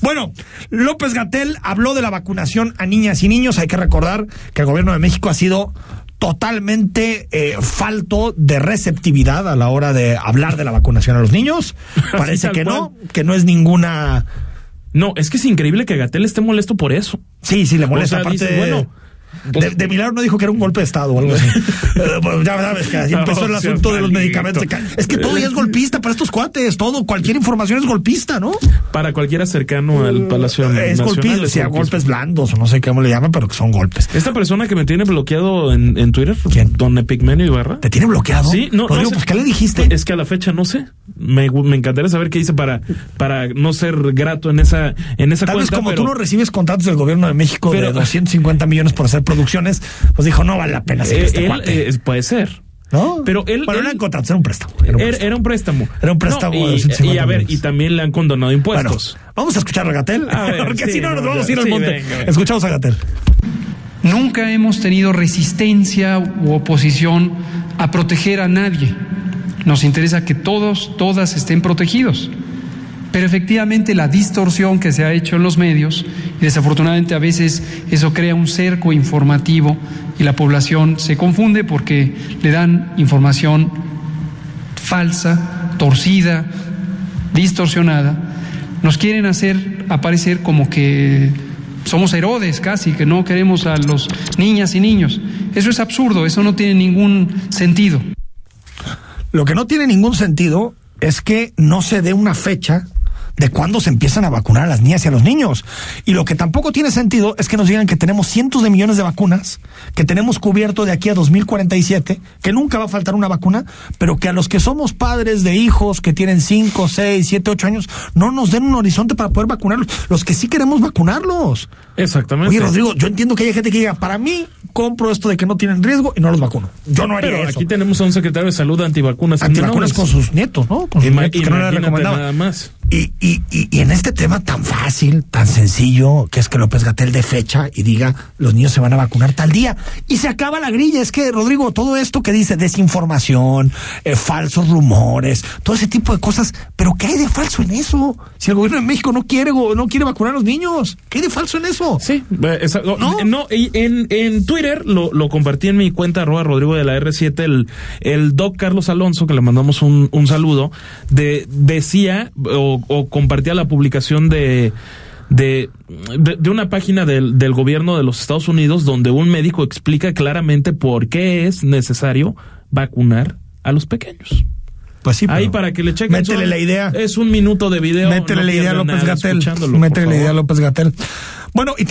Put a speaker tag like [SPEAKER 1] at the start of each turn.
[SPEAKER 1] Bueno, López Gatel habló de la vacunación a niñas y niños. Hay que recordar que el gobierno de México ha sido totalmente eh, falto de receptividad a la hora de hablar de la vacunación a los niños. Parece
[SPEAKER 2] tal
[SPEAKER 1] que no,
[SPEAKER 2] cual.
[SPEAKER 1] que no es ninguna...
[SPEAKER 2] No, es que es increíble que Gatel esté molesto por eso.
[SPEAKER 1] Sí, sí, le molesta.
[SPEAKER 2] O sea,
[SPEAKER 1] Aparte,
[SPEAKER 2] dices, bueno,
[SPEAKER 1] de, de milagro no dijo que era un golpe de Estado o algo así. Eh, bueno, ya sabes que así
[SPEAKER 2] No,
[SPEAKER 1] empezó el
[SPEAKER 2] sea
[SPEAKER 1] asunto de los
[SPEAKER 2] malito.
[SPEAKER 1] medicamentos. Es que todo ya es golpista para estos cuates. Todo, cualquier información es golpista, ¿no? Eh,
[SPEAKER 2] Para cualquiera cercano al Palacio
[SPEAKER 1] Mm, es
[SPEAKER 2] Nacional.
[SPEAKER 1] golpista,
[SPEAKER 2] es
[SPEAKER 1] sea,
[SPEAKER 2] golpismo.
[SPEAKER 1] golpes blandos o no sé cómo le llaman, pero que son golpes.
[SPEAKER 2] Esta persona que me tiene bloqueado en, en Twitter,
[SPEAKER 1] ¿Quién?
[SPEAKER 2] Don Epigmenio Ibarra.
[SPEAKER 1] ¿Te tiene bloqueado?
[SPEAKER 2] Sí, no, no
[SPEAKER 1] Rodrigo,
[SPEAKER 2] sé.
[SPEAKER 1] pues, ¿qué le dijiste?
[SPEAKER 2] Es que a la fecha no sé. Me, me encantaría saber qué hice para, para no ser grato en esa, en esa
[SPEAKER 1] Tal vez
[SPEAKER 2] cuenta,
[SPEAKER 1] como
[SPEAKER 2] pero-
[SPEAKER 1] tú no recibes contratos del gobierno de México de
[SPEAKER 2] Pero-
[SPEAKER 1] 250 millones por hacer producciones, pues dijo, no vale la pena seguir
[SPEAKER 2] Eh,
[SPEAKER 1] este
[SPEAKER 2] él,
[SPEAKER 1] cuate.
[SPEAKER 2] eh, puede ser.
[SPEAKER 1] ¿No?
[SPEAKER 2] pero él-
[SPEAKER 1] Bueno,
[SPEAKER 2] él- er,
[SPEAKER 1] no eran contratos, era un préstamo. Era un
[SPEAKER 2] Era,
[SPEAKER 1] préstamo.
[SPEAKER 2] era un préstamo.
[SPEAKER 1] Era un préstamo
[SPEAKER 2] No,
[SPEAKER 1] de
[SPEAKER 2] y,
[SPEAKER 1] 250
[SPEAKER 2] y a ver,
[SPEAKER 1] millones.
[SPEAKER 2] y también le han condonado
[SPEAKER 1] Bueno,
[SPEAKER 2] impuestos.
[SPEAKER 1] vamos a escuchar a Gatel,
[SPEAKER 2] A ver,
[SPEAKER 1] porque
[SPEAKER 2] sí,
[SPEAKER 1] si no nos
[SPEAKER 2] no,
[SPEAKER 1] vamos a ir al
[SPEAKER 2] sí,
[SPEAKER 1] monte.
[SPEAKER 2] venga, venga.
[SPEAKER 1] Escuchamos a Gatel.
[SPEAKER 3] Nunca hemos tenido resistencia u oposición a proteger a nadie. Nos interesa que todos, todas estén protegidos. Pero efectivamente la distorsión que se ha hecho en los medios, y desafortunadamente a veces eso crea un cerco informativo y la población se confunde porque le dan información falsa, torcida, distorsionada, nos quieren hacer aparecer como que somos Herodes casi, que no queremos a los niñas y niños. Eso es absurdo, eso no tiene ningún sentido.
[SPEAKER 1] Lo que no tiene ningún sentido es que no se dé una fecha de cuándo se empiezan a vacunar a las niñas y a los niños. Y lo que tampoco tiene sentido es que nos digan que tenemos cientos de millones de vacunas, que tenemos cubierto de aquí a 2047, que nunca va a faltar una vacuna, pero que a los que somos padres de hijos que tienen 5, 6, 7, 8 años, no nos den un horizonte para poder vacunarlos. Los que sí queremos vacunarlos.
[SPEAKER 2] Exactamente.
[SPEAKER 1] Oye, Rodrigo, yo entiendo que hay gente que diga, para mí, compro esto de que no tienen riesgo y no los vacuno. Yo no haría
[SPEAKER 2] Pero
[SPEAKER 1] eso.
[SPEAKER 2] aquí tenemos a un secretario de salud antivacunas. en
[SPEAKER 1] Antivacunas
[SPEAKER 2] menores.
[SPEAKER 1] con sus nietos, ¿no? Con sus
[SPEAKER 2] Ima-
[SPEAKER 1] nietos que no le
[SPEAKER 2] imagínate
[SPEAKER 1] recomendaban.
[SPEAKER 2] nada más.
[SPEAKER 1] Y, y, y, y en este tema tan fácil, tan sencillo, que es que López Gatel de fecha y diga los niños se van a vacunar tal día. Y se acaba la grilla. Es que, Rodrigo, todo esto que dice desinformación, eh, falsos rumores, todo ese tipo de cosas. Pero ¿qué hay de falso en eso? Si el gobierno de México no quiere, go- no quiere vacunar a los niños, ¿qué hay de falso en eso?
[SPEAKER 2] Sí, eh, esa- no,
[SPEAKER 1] ¿No?
[SPEAKER 2] no, y en, en Twitter lo, lo compartí en mi cuenta arroba Rodrigo de la R7, el, el doc Carlos Alonso, que le mandamos un, un saludo, de, decía o, o compartía la publicación de... De, de, de una página del, del gobierno de los Estados Unidos donde un médico explica claramente por qué es necesario vacunar a los pequeños.
[SPEAKER 1] Pues sí,
[SPEAKER 2] Ahí
[SPEAKER 1] pero
[SPEAKER 2] para que le chequen.
[SPEAKER 1] Métele
[SPEAKER 2] son-
[SPEAKER 1] la idea.
[SPEAKER 2] Es un minuto de video.
[SPEAKER 1] Métele
[SPEAKER 2] no
[SPEAKER 1] la idea a
[SPEAKER 2] pierdan
[SPEAKER 1] López
[SPEAKER 2] nada
[SPEAKER 1] Gatel.
[SPEAKER 2] escuchándolo, por
[SPEAKER 1] Métele la idea a
[SPEAKER 2] favor.
[SPEAKER 1] López Gatel. Bueno, y